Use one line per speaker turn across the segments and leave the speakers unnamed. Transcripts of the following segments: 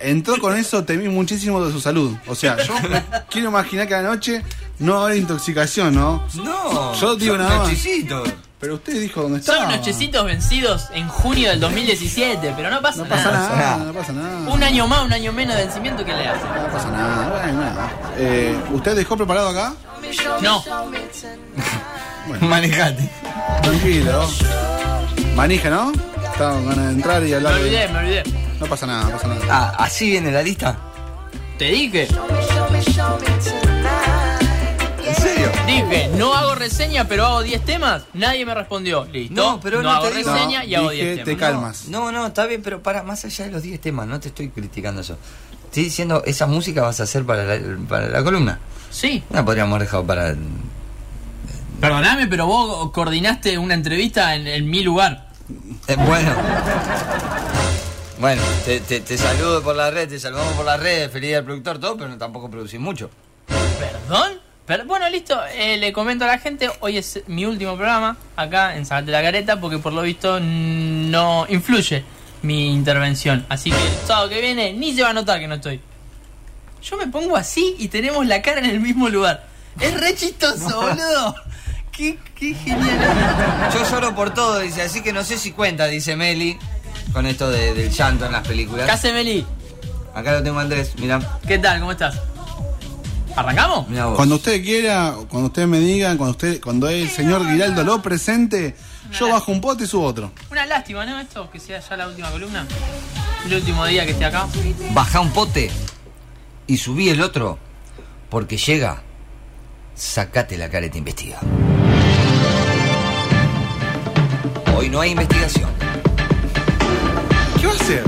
entró con eso, temí muchísimo de su salud. O sea, yo quiero imaginar que anoche no va a haber intoxicación, ¿no?
No,
Yo digo
son
nada más.
nachecitos.
Pero usted dijo dónde
Son
estaba.
unos checitos vencidos en junio del 2017, pero no pasa,
No
Ah,
pasa
nada.
nada, no pasa nada.
Un año más, un año menos de vencimiento que le hace.
No pasa nada, bueno, nada. Eh, ¿Usted dejó preparado acá?
No.
Manejate.
Tranquilo. Manija, ¿no? Estaba con ganas de entrar y
Me
hablar. de-
olvidé, me olvidé.
No pasa nada, no pasa nada.
Ah, ¿así viene la lista?
Te dije,
¿En serio?
dije, no hago reseña, pero hago 10 temas. Nadie me respondió. Listo.
No, pero no
hago
te digo-
reseña y hago
dije,
10
te
temas.
calmas.
No, no, está bien, pero para, más allá de los 10 temas, no te estoy criticando yo. Estoy diciendo, esa música vas a hacer para la, para la columna.
Sí.
La podríamos haber dejado para.
Perdoname, pero vos coordinaste una entrevista en, en mi lugar.
Eh, bueno. Bueno, te, te- te saludo por la red, te saludamos por la red, feliz día al productor, todo, pero no, tampoco producís mucho.
¿Perdón? Per- bueno, listo. eh, le comento a la gente, hoy es mi último programa acá en Sacate la Careta porque por lo visto no influye mi intervención. Así que el sábado que viene ni se va a notar que no estoy. Yo me pongo así y tenemos la cara en el mismo lugar. Es re chistoso, boludo. Qué, qué genial.
Yo lloro por todo, dice, así que no sé si cuenta, dice Meli, con esto de- del llanto en las películas.
Casemeli,
Acá lo tengo a Andrés, mirá,
¿qué tal? ¿Cómo estás? ¿Arrancamos?
mirá vos.
Cuando usted quiera, cuando usted me diga, cuando usted, cuando el señor Giraldo lo presente, yo bajo un pote y subo otro.
Una lástima, ¿no? Esto, que sea ya la última columna. El último día que esté acá.
Bajá un pote y subí el otro, porque llega, sacate la cara y te investiga. Hoy no hay investigación.
¿Qué va a hacer?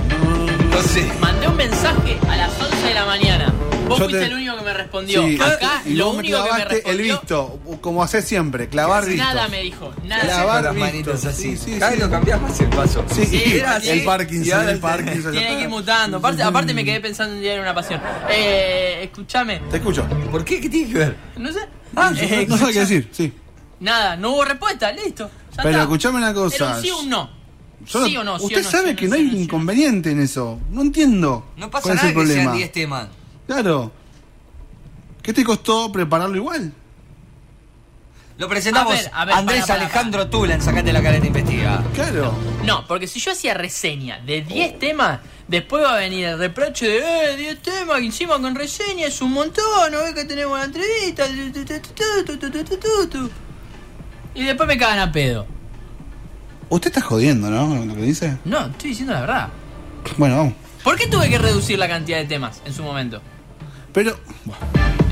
No sé.
Mandé un mensaje a las 11 de la mañana. Vos
Yo
fuiste
te-
el único que me respondió.
Sí, Ah,
Acá
y
lo
vos me
único que me
clavaste
respondió.
el visto, como haces siempre, clavar visto.
Nada me dijo.
La
Nada.
va-
Con
Lavar
las
visto.
manitas así.
Sí, sí,
Cada
sí.
vez lo cambiás más el paso.
Sí,
Sí,
y-
era así.
el
Y ahora
Parkinson, el
te-
Parkinson.
Tiene que ir mutando.
Mm.
Aparte, aparte me quedé pensando en día en una pasión. Eh, escúchame.
Te escucho.
¿Por qué? ¿Qué tiene que ver?
No sé.
Ah,
Eh,
no sabe qué decir, sí.
Nada, no hubo respuesta, listo. Ya
Pero
está.
escuchame una cosa.
Era un sí o un no.
Yo no-
sí o no. sí
usted
o no,
sabe
sí o
que
sí
no
o
hay
sí o
inconveniente en eso. No entiendo.
No pasa
cuál es
nada
el
que
problema.
sean 10 temas.
Claro. ¿Qué te costó prepararlo igual?
Lo presentamos
A ver, a ver,
Andrés
para, para,
Alejandro Tula en Sacate la cara y te investiga.
Claro.
No, porque si yo hacía reseña de 10 temas, después va a venir el reproche de eh, 10 temas, que encima con reseña es un montón, no ves que tenemos la entrevista. tu, tu, tu, tu, tu, tu, tu, tu, tu". Y después me cagan a pedo.
Usted está jodiendo, ¿no? Con Lo que dice.
No, estoy diciendo la verdad.
Bueno, vamos.
¿Por qué tuve que reducir la cantidad de temas en su momento?
Pero. bueno,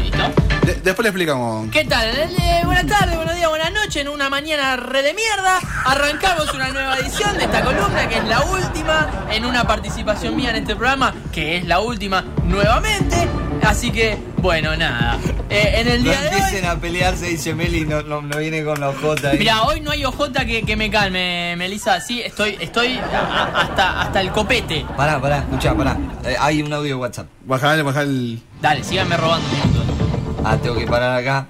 ¿Listo?
de- después le explicamos.
¿Qué tal? Eh, buenas tardes, buenos días, buenas noches. En una mañana re de mierda, arrancamos una nueva edición de esta columna que es la última en una participación mía en este programa, que es la última nuevamente. Así que, bueno, nada. Eh, en el
No
día de
empiecen
hoy.
a pelearse, dice Meli, no, no, no viene con los J. ahí.
Mira, hoy no hay OJ que, que me calme, Melissa. Sí, estoy, estoy a- a- hasta, hasta el copete.
Pará, pará, escuchá, pará. Eh, hay un audio de WhatsApp.
Bajar, bajar el.
Dale, síganme robando un montón.
Ah, tengo que parar acá.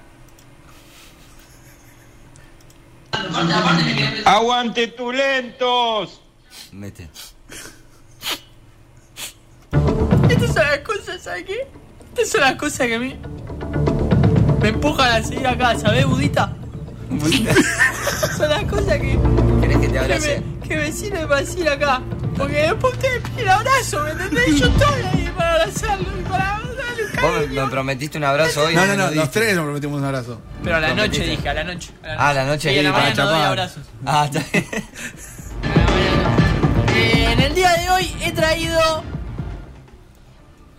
¡Aguante lentos!
Mete.
Estas son las cosas, ¿sabes qué? Estas son las cosas que a mí me empujan a seguir acá, ¿sabes, Budita? Son las cosas que,
¿Querés que te
que,
abrace?
me, que me sirve para decir acá. Porque después ustedes piden el abrazo, ¿me entendés? Y Yo estoy ahí para abrazarlo y para darle un
Vos me,
cariño.
me prometiste un abrazo hoy.
No, no, no.
me lo
Los
diste.
tres nos prometimos un abrazo.
Pero a la noche
prometiste.
dije, a la noche. A la noche,
Ah, la noche
Y a la
ahí, para
mañana no doy
chapar.
abrazos.
Ah, está bien.
A la mañana no. Eh, en el día de hoy he traído,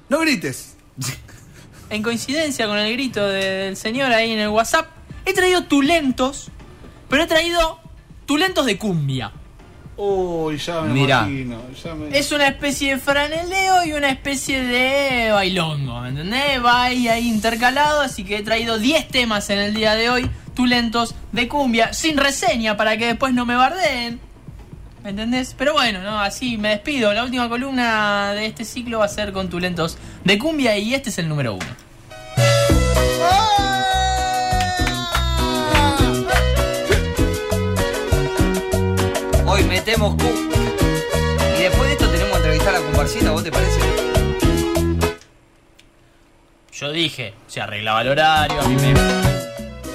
No grites.
en coincidencia con el grito de- del señor ahí en el WhatsApp, he traído tulentos, pero he traído tulentos de cumbia.
Uy, ya me
Mirá.
imagino. Ya me...
Es una especie de franeleo y una especie de bailongo, ¿me entendés? Va ahí, ahí intercalado, así que he traído 10 temas en el día de hoy, tulentos, de cumbia, sin reseña para que después no me bardeen. ¿Me entendés? Pero bueno, no, así me despido. La última columna de este ciclo va a ser con tulentos de cumbia y este es el número uno.
Hoy metemos Q. Y después de esto tenemos que entrevistar a Comparsita, ¿vos te parece?
Yo dije, se arreglaba el horario, a mí me...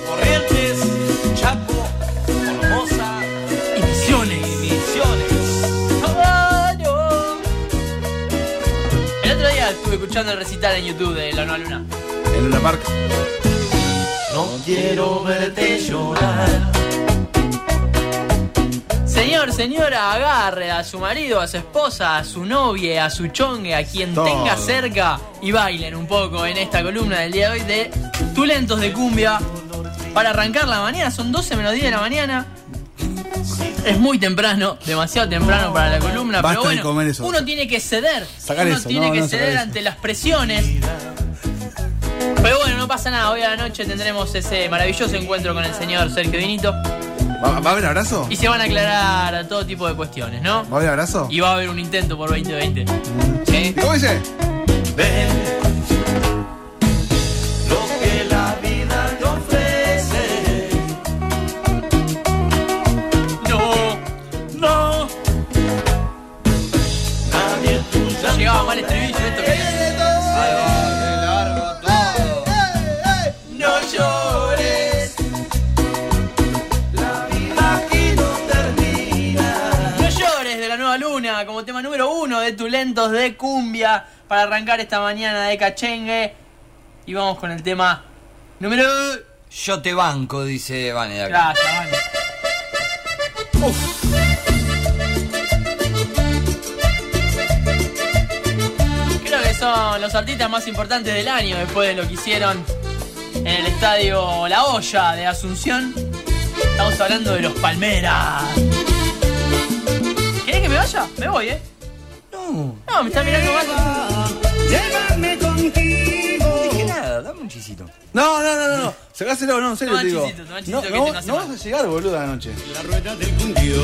Corrientes, Chaco, Formosa,
Emisiones.
Misiones.
Claro. El otro día estuve escuchando el recital en YouTube de La Nueva Luna.
En la marca.
No quiero verte llorar.
Señor, señora, agarre a su marido, a su esposa, a su novia, a su chongue, a quien
Todo.
tenga cerca y bailen un poco en esta columna del día de hoy de Tulentos de Cumbia. Para arrancar la mañana, son 12 menos 10 de la mañana. Es muy temprano, demasiado temprano para la columna,
Basta
pero
de
bueno,
comer eso.
uno tiene que ceder.
Sacar
uno
eso,
tiene
no,
que
no, sacar
ceder
eso.
ante las presiones. Pero bueno, no pasa nada. Hoy a la noche tendremos ese maravilloso encuentro con el señor Sergio Dinito.
¿Va, va a haber abrazo?
Y se van a aclarar a todo tipo de cuestiones, ¿no?
¿Va a haber abrazo?
Y va a haber un intento por ¿Eh? 2020. ¿Sí?
¿Cómo dice?
Ven, lo que la vida te ofrece.
No, no.
Nadie tuya.
Llegaba mal estribillo esto que
No llores, la vida aquí no termina.
No llores de la nueva luna como tema número uno de Tulentos de Cumbia para arrancar esta mañana de Cachengue. Y vamos con el tema número...
Yo te banco, dice Vane de acá.
Gracias, Vane. Creo que son los artistas más importantes del año después de lo que hicieron en el estadio La Hoya de Asunción. Estamos hablando de los Palmeras. ¿Querés que me vaya? Me voy, ¿eh?
No,
No, me está mirando mal.
Llévame contigo.
dije nada, dame un chisito.
No, no, no, no, no. Sacáselo, no, en serio
Toma
te digo.
chisito, toma chisito
No,
que
no,
te nace
no
mal.
vas a llegar, boludo, de la noche.
La rueda del cundido.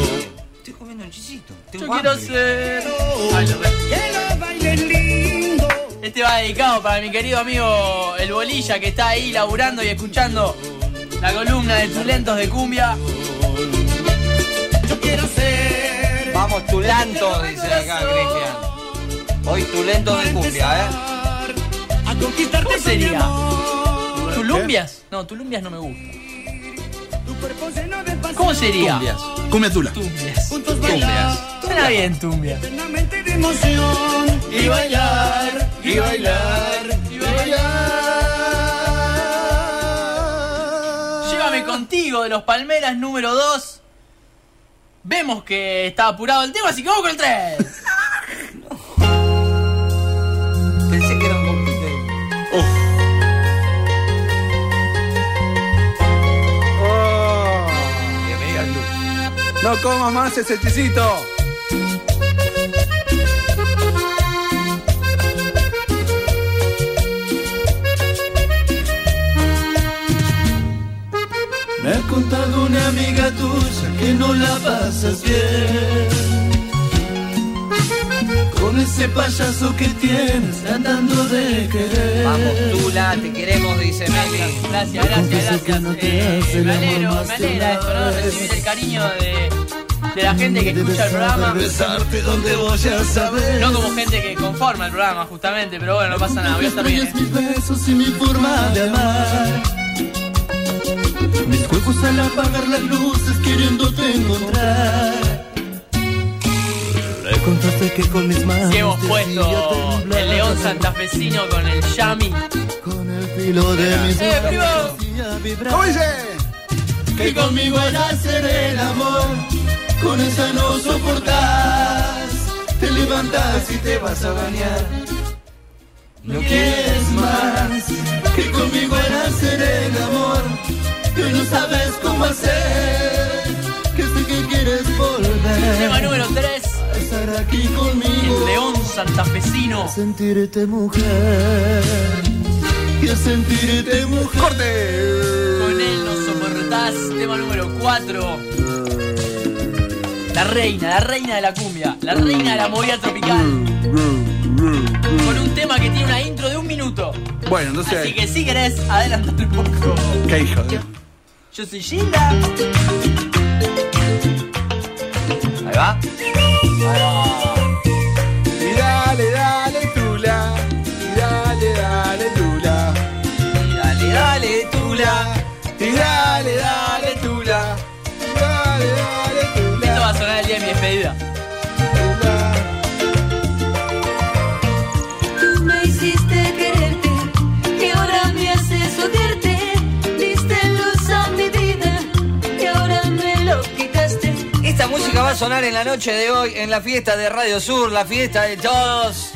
Estoy comiendo un chisito.
Yo
Tengo
quiero
hambre.
ser... Ay, lo re-
Que lo bailes lindo.
Este va dedicado para mi querido amigo El Bolilla que está ahí laburando y escuchando la columna de Tulentos de Cumbia.
Yo quiero ser.
Vamos, Tulentos, dice acá Cristian. Hoy Tulentos de cumbia, ¿eh?
empezar A conquistarte
¿Cómo
con
sería?
mi amor.
¿Tulumbias? No, Tulumbias no me gusta.
Tu cuerpo lleno de pasión.
¿Cómo sería?
Cumbias.
Cumbia tula.
Tumbias.
Juntos bailar.
Suena bien, Tumbias.
Eternamente de emoción.
Y bailar,
y bailar,
y bailar. Llévame contigo de los Palmeras número 2. Vemos que está apurado el tema, así que vamos con el 3.
Pensé que era un poquito.
Oh.
Bienvenido al club.
No comas más ese chisito.
Me ha contado una amiga tuya que no la pasas bien. Con ese payaso que tienes tratando de querer.
Vamos, Tula, te queremos, dice Meli.
Gracias, gracias, gracias. Eh, me alegro, me alegra esto, ¿no? Recibir el cariño de, de la gente que escucha el programa.
Besarte donde voy a saber.
No como gente que conforma el programa, justamente, pero bueno, no pasa nada, voy a estar bien. ¿eh?
Mis besos y mi forma de amar. Mis juegos al apagar las luces queriéndote encontrar. Le contaste que con mis manos.
Si hemos
te hacía
puesto
temblar.
el león santafesino con el yami.
Con el filo de mis
¡Eh, primo!
hacía vibrar.
¿Cómo dice?
Que conmigo era hacer el amor, con ella no soportás. Te levantas y te vas a bañar. No quieres más. Que conmigo era hacer el amor, que no sabes cómo hacer. Que sé que quieres
Tema
volver
número 3,
a estar aquí
el
conmigo.
león santafesino.
Sentirte mujer. Y a sentirte mujer.
¡Corte!
Con él no soportás. Tema número 4. La reina, la reina de la cumbia, la reina de la movida tropical. Con un tema que tiene una intro de un minuto.
Bueno, entonces.
Así que si querés, adelantar un poco.
¿Qué hijo? de-
Yo soy Gilda.
Ahí va.
Y dale, dale, tula. Y dale, dale, tula.
sonar en la noche de hoy en la fiesta de Radio Sur, la fiesta de todos.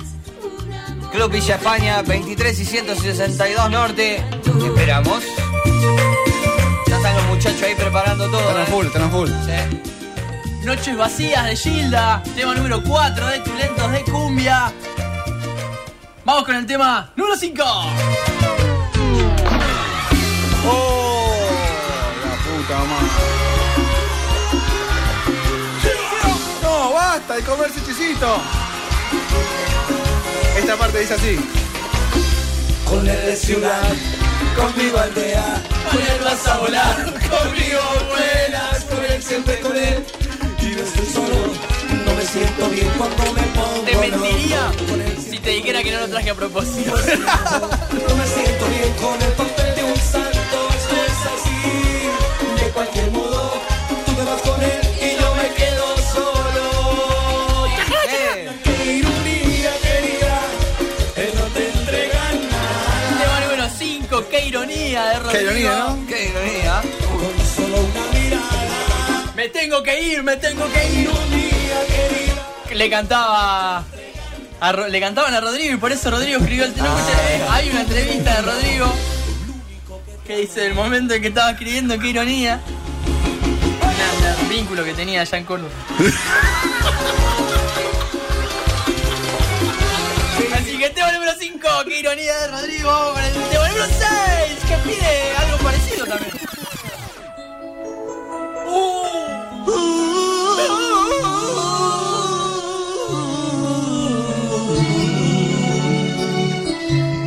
Club Villa España, 23 y 162 Norte. Te esperamos. Ya están los muchachos ahí preparando todo.
Están a
¿eh?
full, están a full.
Sí.
Noches vacías de Gilda, tema número 4 de Tulentos de Cumbia. Vamos con el tema número 5.
¡Oh! La puta madre. No, basta de comerse hechicito. Esta parte dice así.
Con el de ciudad, conmigo aldea, con él vas a volar, conmigo vuelas, con él siempre con él. Y no estoy solo, no me siento bien cuando me pongo
Te mentiría
loco, con él
si
siempre
te dijera que no lo traje a propósito.
No me siento bien con el papel de un santo, esto es así. De cualquier modo, tú me vas con él y yo me quedo solo.
Eh,
Qué ironía, querida, él no te entrega nada.
tema número 5, qué ironía de Rodrigo.
Qué ironía, ¿no?
qué ironía.
Con solo una mirada.
Me tengo que ir, me tengo que ir.
Ironía, querida.
Le cantaba. a Ro- le cantaban a Rodrigo y por eso Rodrigo escribió el tema. eh, Hay una entrevista de Rodrigo que dice el momento en que estaba escribiendo, qué ironía. Nada, el vínculo que tenía allá en Córdoba. Así que tema número 5, qué ironía de Rodrigo. Vamos con el tema número 6, que pide algo parecido también. Uh.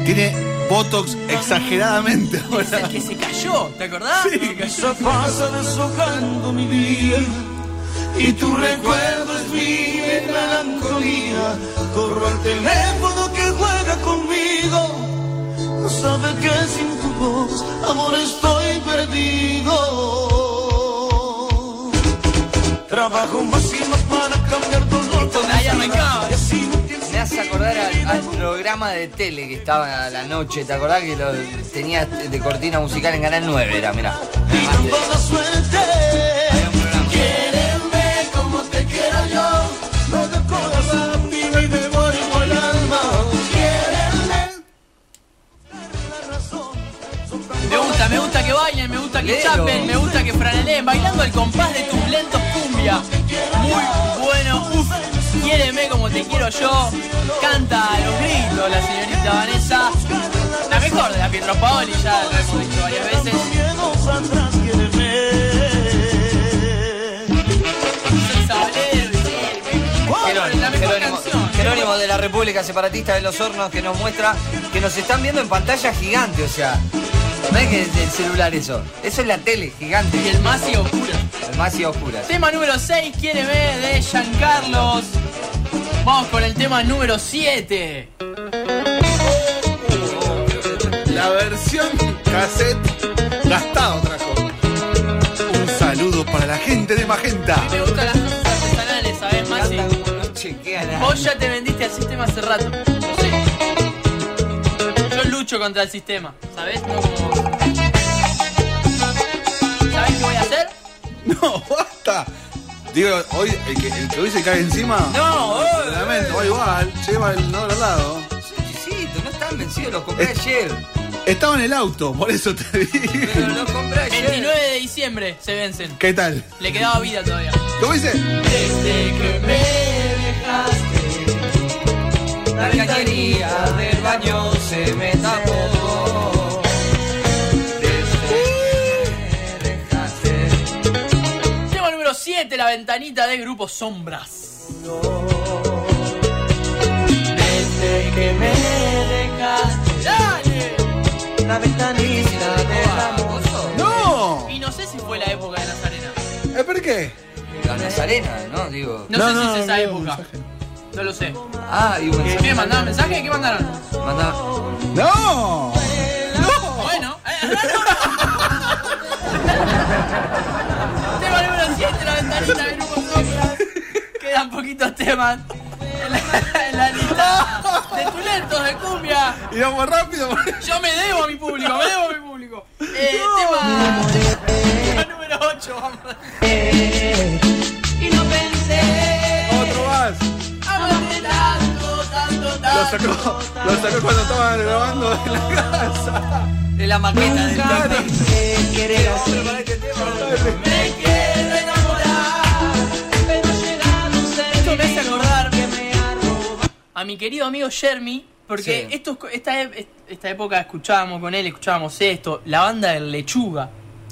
Tiene Botox exageradamente
Es el
ahora.
que se cayó, ¿te acordás? Se cayó.
Se pasa deshojando mi día y tu recuerdo es mi melancolía. Corro al teléfono que juega conmigo. No sabe que sin tu voz, amor, estoy perdido. Trabajo más y más para cambiar dolor
Con Daya Maicao.
Y así no pienso
Me hace acordar al, al programa de tele que estaba a la noche. ¿Te acordás que lo tenías de cortina musical en Canal 9? Era, mirá.
Y con toda suerte
Había un programa.
Quiereme como te quiero yo No te cojas a mí mi memoria o el alma Quiereme La razón Son tan
Me gusta, me gusta que bailen, me gusta que
Lelo.
chapen, me gusta que franeleen, bailando al compás de tus lentos cumbia. Muy bueno, uff, quiéreme como te quiero yo. Canta a los gritos la señorita Vanessa. La mejor de la Pietro Paoli, ya lo hemos dicho varias veces.
miedos atrás Quiereme
Soy sabalero, y sí,
Jerónimo,
la mejor
Jerónimo,
canción.
Jerónimo de la República Separatista de los Hornos que nos muestra que nos están viendo en pantalla gigante, o sea, no es que es el celular eso, eso es la tele gigante,
Y el más y oscuro.
el más y oscura.
Tema número 6, quiéreme de Giancarlos. Vamos con el tema número 7.
La versión cassette gastado trajo. Un saludo para la gente de Magenta.
Me gustan las cosas artesanales, ¿sabes, Masi?
Cantan como no chequean nada.
Vos ya te vendiste al sistema hace rato. Yo sé. Yo lucho contra el sistema, ¿sabes? No como. ¿Sabes qué voy a hacer?
No, basta. Digo, hoy el que, el que hoy se cae encima.
No, eh,
lo lamento, va igual, lleva el no al lado.
Chichito, no están vencidos, los compré
Es-
ayer.
Estaba en el auto, por eso te dije.
Pero los compré ayer.
29 de diciembre se vencen.
¿Qué tal?
Le quedaba vida todavía.
¿Cómo dice?
Desde que me dejaste.
La cañería del baño se me tapó. Desde que me dejaste.
Tema número 7, la ventanita de Grupo Sombras.
Desde que me dejaste
¡Dale!
La ventanita del
Ah,
amor
¡No!
Y no sé si fue la época de las arenas.
¿Eh, ¿Por qué?
La Nazarena, ¿no? Digo.
No,
No,
sé
no,
si es esa
no,
época.
mensaje.
No lo sé.
Ah, y un mensaje.
¿Qué mandaron mensaje? ¿Qué mandaron?
Manda-
¡No!
Bueno, eh, eh. Tema número 7, la ventanita de grupo Sombras. Quedan poquitos temas en la, en la lista de tulentos de cumbia.
Y vamos rápido.
Yo me debo a mi público, me debo a mi público. Eh, tema, tema número 8, vamos.
Y no pensé
sacó, lo sacó cuando estaban grabando en la casa.
De la maqueta del
Claro.
tapete.
este
Me
Esto me hace acordar a mi querido amigo Jeremy, porque
Sí.
estos- esta, e- esta época escuchábamos con él, escuchábamos esto, la banda del lechuga,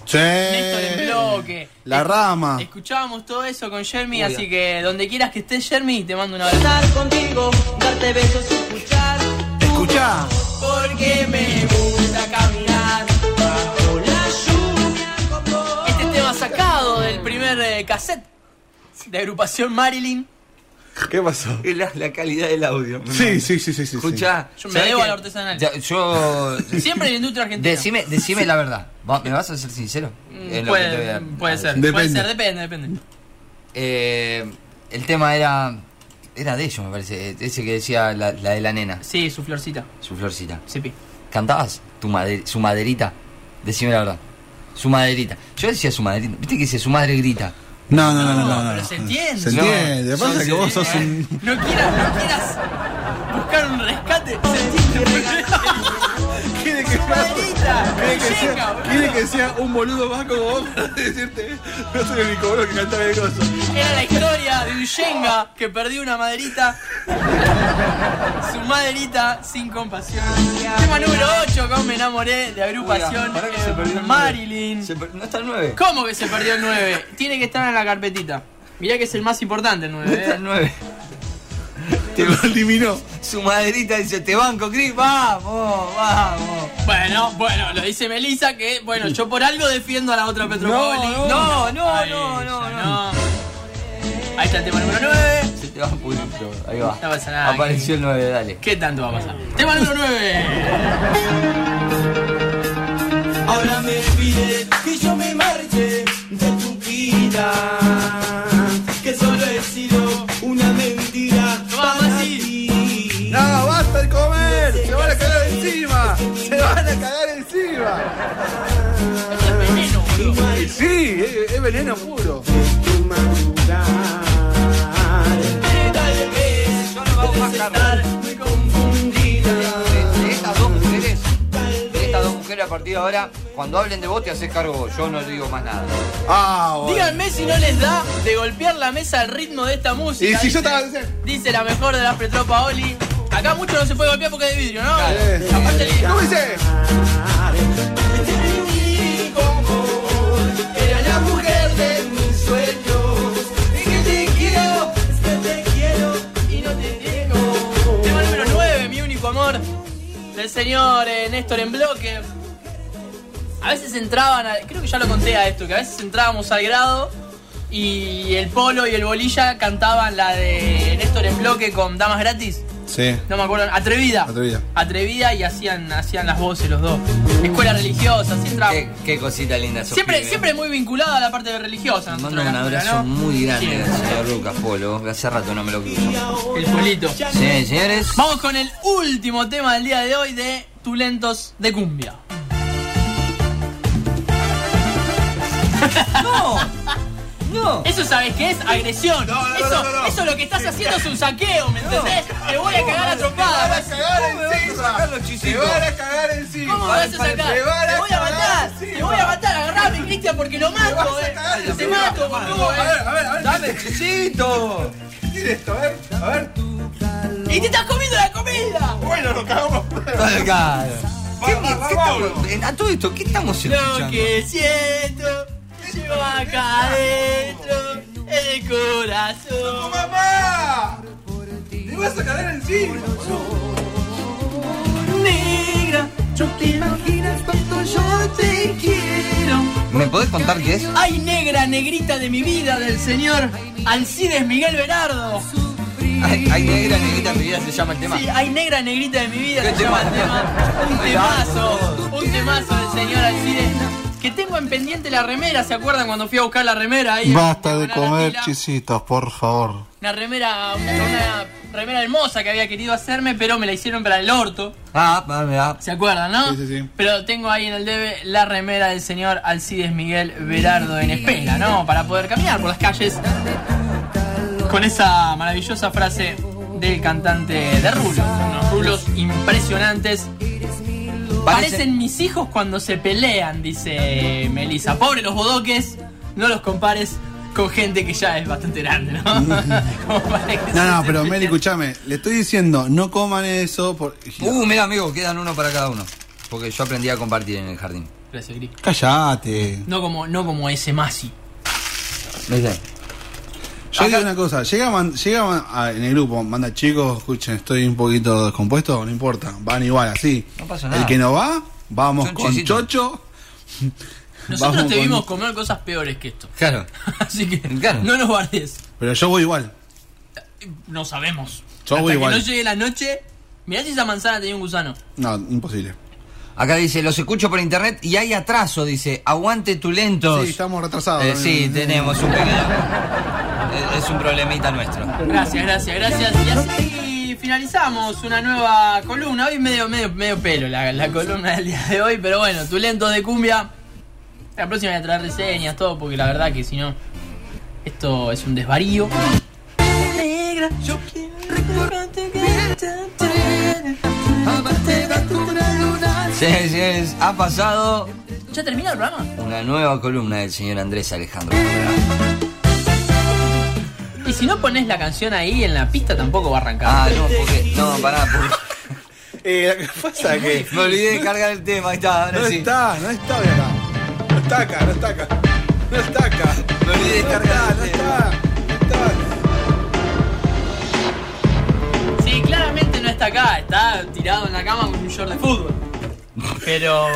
Sí.
Néstor
Eh.
en bloque.
La rama.
Escuchábamos todo eso con Jeremy,
Uy,
así
ah.
que donde quieras que estés, Jeremy, te mando un abrazo.
contigo, darte besos, escuchar,
Escuchá.
porque me gusta caminar bajo la lluvia como
Este tema sacado del primer eh, cassette de agrupación Marilyn.
¿Qué pasó?
Es La, la calidad del audio.
Sí, sí, sí, sí. sí, sí.
Escucha.
Yo me debo al artesanal.
yo.
Siempre en la industria argentina.
Decime, decime la verdad. Va- ¿Me vas a ser sincero? En
Mm,
lo que te voy
Puede,
a-
puede ser, puede
Depende.
ser, depende, depende.
Eh, el tema era. Era de ellos, me parece. Ese que decía la, la de la nena,
Sí, su florcita,
su florcita.
Sipi.
¿Cantabas tu made- su maderita? Decime la verdad. Su maderita. Yo decía su maderita. Viste que dice su madre grita.
No, no, no, no, no.
No,
no.
pero se entiende.
Se entiende. Lo
No,
que pasa
se
es que vos
entiende.
sos un.
No quieras, no quieras buscar un rescate.
Quiere que sea,
Maderita,
quiere que
llega,
sea-
boludo.
quiere que sea un boludo más como vos para decirte. No soy el único boludo que canta el coso.
Era la historia de un Shenga que perdió una maderita. Su maderita sin compasión. Tema número 8, cómo me enamoré de agrupación
Oiga, pará que
eh,
se perdió el
Marilyn.
Se per- no está el 9.
¿Cómo que se perdió el 9? Tiene que estar en la carpetita. Mirá que es el más importante el ¿eh?
No está
9.
el 9.
Te lo eliminó.
Su maderita dice, te banco, Chris. Vamos, vamos.
Bueno, bueno, lo dice Melissa que, bueno, yo por algo defiendo a la otra Petropoli.
No, no, no,
A
no, no,
ella,
no.
Ahí está el tema número 9.
Se te va un poquito. Ahí va.
No pasa nada.
Apareció el 9, dale.
¿Qué tanto va a pasar? Tema número 9.
Ahora me pide que yo me marche de tu vida. Que solo he sido una mentira
Vamos,
para
sí.
ti.
No, basta de comer. Se van a cagar encima. Se van a cagar encima.
Igual
Sí, es, es veneno puro.
tu madurar. Tal vez yo no
vamos a estar.
estar muy confundida.
De, de estas dos mujeres, de estas dos mujeres a partir de ahora, cuando hablen de vos te haces cargo vos. Yo no digo más nada.
Ah, bueno.
Díganme si no les da de golpear la mesa al ritmo de esta música.
Y si yo
dice-
estaba diciendo-
Dice la mejor de las Petropa Oli. Acá mucho no se puede golpear porque es de vidrio, ¿no?
Claro.
Aparte, le-
¿Cómo dice?
Era la mujer de mis sueños. Y que te quiero, es que te quiero y no te niego.
Tema número 9, mi único amor. Del señor eh, Néstor en bloque. A veces entraban, a- creo que ya lo conté a esto, que a veces entrábamos al grado y el polo y el bolilla cantaban la de Néstor en bloque con damas gratis.
Sí.
No me acuerdo, atrevida.
Atrevida.
Atrevida y hacían, hacían las voces los dos. Escuela religiosa, así entraban.
Qué, qué cosita linda sos,
Siempre,
pibe.
siempre muy vinculada a la parte religiosa.
eh. Te Mando
nosotros
un
la escuela,
abrazo
¿no?
muy grande al
Sí.
señor Lucas Polo. que Hace rato no me lo cruzo.
El polito.
Sí, señores.
Vamos con el último tema del día de hoy de Tulentos de Cumbia.
¡No! ¡No!
Eso sabes qué es agresión.
No, no,
eso,
no, no, no.
eso lo que estás haciendo es un saqueo, ¿me entendés? Te voy a cagar a
Te
trompadas.
van a cagar
¿Cómo me vas a
encima.
sacar los
Te
chisitos?
van a cagar encima.
¿Cómo me vas a sacar?
Te van a
Te voy a
cagar
matar, te
encima.
voy a matar, agarrame, Cristian, porque lo
Te vas
mato,
a
eh.
cagar
Te
encima.
mato,
A
boludo,
ver,
eh.
a ver, a ver.
¡Dame chisito!
Mira esto, eh. A ver.
Y te estás comiendo la comida.
Bueno, lo cagamos.
Dale, cara. ¿Qué,
Va, va, va,
qué
va,
estamos- a todo esto, ¿qué estamos
Lo
escuchando?
que siento llevo acá adentro el corazón.
¡Mamá! ¡Te vas a cagar encima!
Negra, yo te imaginas cuánto yo te quiero.
¿Me podés contar qué es?
Ay, negra, negrita de mi vida, del señor Alcides Miguel Berardo.
Ay, ay, negra, negrita, mi vida se llama el tema.
Sí, ay, negra, negrita de mi vida,
¿Qué
se llama el
tema?
tema. Un temazo, un temazo del señor Alcides. Que tengo en pendiente la remera, ¿se acuerdan cuando fui a buscar la remera? Ahí
Basta de
Con la
comer
tila.
chisitos, por favor.
Una remera, una remera hermosa que había querido hacerme, pero me la hicieron para el orto.
Ah, va, va.
¿Se acuerdan, no?
Sí, sí, sí.
Pero tengo ahí en el debe la remera del señor Alcides Miguel Berardo en espera, ¿no? Para poder caminar por las calles con esa maravillosa frase. del cantante de Rulos. Unos rulos impresionantes. Parecen mis hijos cuando se pelean, dice Melissa. Pobre los bodoques, no los compares con gente que ya es bastante grande, ¿no? Como para que
No, no,
se
pero
peleen.
Meli, escúchame, le estoy diciendo, no coman eso. Por...
Uh, mira, amigo, quedan uno para cada uno. Porque yo aprendí a compartir en el jardín.
Gracias, Cris.
Cállate.
No como, no como ese Masi.
¿Viste?
Yo digo una cosa, llega, man- llega man- a- en el grupo, manda chicos, escuchen, estoy un poquito descompuesto, no importa, van igual, así.
No pasa nada.
El que no va, vamos
Son
con
chisitos.
Chocho.
Nosotros
Vamos
te
con-
vimos comer cosas peores que esto.
Claro.
Así que
Claro.
no nos guardes.
Pero yo voy igual.
No sabemos.
Yo
Hasta
voy
que
igual.
no llegue la noche, mirá si esa manzana tenía un gusano.
No, imposible.
Acá dice, los escucho por internet y hay atraso, dice, aguante tu lentos.
Sí, estamos retrasados.
Eh, sí, tenemos un pequeño. es- Es un problemita nuestro.
Gracias, gracias, gracias. Y así finalizamos una nueva columna. Hoy medio, medio, medio pelo la, la columna del día de hoy, pero bueno, tulentos de cumbia. La próxima voy a traer reseñas, todo, porque la verdad que si no, esto es un desvarío. Negra, yo quiero recordarte que te entregué. Amarte bajo una luna.
Sí, sí, es- ha pasado
¿Ya termina el programa?
una nueva columna del señor Andrés Alejandro.
Y si no pones la canción ahí en la pista, tampoco va a arrancar.
Ah, no, porque. No, pará, porque.
Eh, ¿Qué pasa? Que
Me olvidé de cargar el tema, ahí está, ahora
no
sí.
está, no está hoy acá. No está acá, no está acá. No está acá.
Me olvidé de
No
cargar
está, no
el tema.
está. No está.
Sí, claramente no está acá, está tirado en la cama con un short de fútbol. Pero,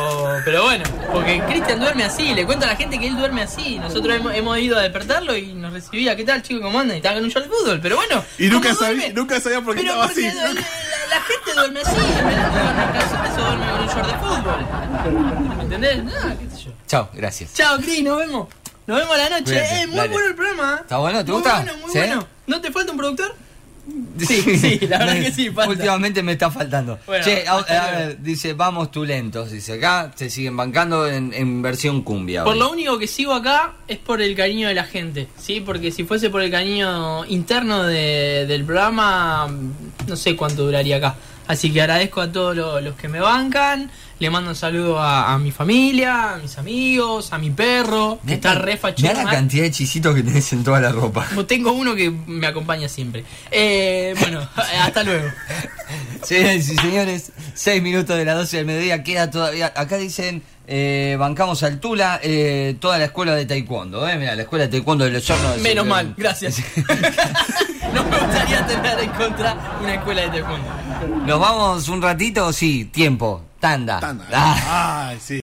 pero bueno, porque Cristian duerme así, le cuento a la gente que él duerme así. Nosotros hemos, hemos ido a despertarlo y nos recibía, ¿qué tal chico? ¿Cómo andan? Y estaba con un short de fútbol, pero bueno.
Y nunca
¿cómo
sabía,
duerme?
nunca sabía por qué
Pero
estaba
porque
así.
du- la,
Nunca-
la gente duerme así, duerme con calzones o duerme con un short de fútbol. ¿Me entendés? Nada, qué sé yo.
Chao, gracias.
Chao, Cris, nos vemos. Nos vemos a la noche.
Cuídate,
eh, muy
dale.
bueno el programa. ¿eh?
¿Está bueno? ¿Te
Muy
gusta?
bueno, muy
¿Sí?
bueno. ¿No te falta un productor? Sí, sí, la verdad que sí, falta.
Últimamente me está faltando.
Bueno,
che, a-
hasta
a-
luego.
dice, vamos tú lentos. Dice, acá se siguen bancando en, en versión cumbia.
Por
hoy.
lo único que sigo acá es por el cariño de la gente, ¿sí? Porque si fuese por el cariño interno de- del programa, no sé cuánto duraría acá. Así que agradezco a todos lo- los que me bancan. Le mando un saludo a, a mi familia, a mis amigos, a mi perro, que está re
Mirá
fachero,
la
mal.
cantidad de chisitos que tenés en toda la ropa.
Como Tengo uno que me acompaña siempre. Eh, bueno, hasta luego.
Señoras y señores, 6 minutos de las 12 del mediodía, queda todavía. Acá dicen, eh, bancamos al Tula, eh, toda la escuela de Taekwondo, ¿eh? Mira, la escuela de Taekwondo de los Hornos. de
Menos
San-
mal, gracias. no me gustaría tener en contra una escuela de taekwondo.
¿Nos vamos un ratito? Sí, tiempo, tanda.
Tanda.
Ah.
Ay, sí.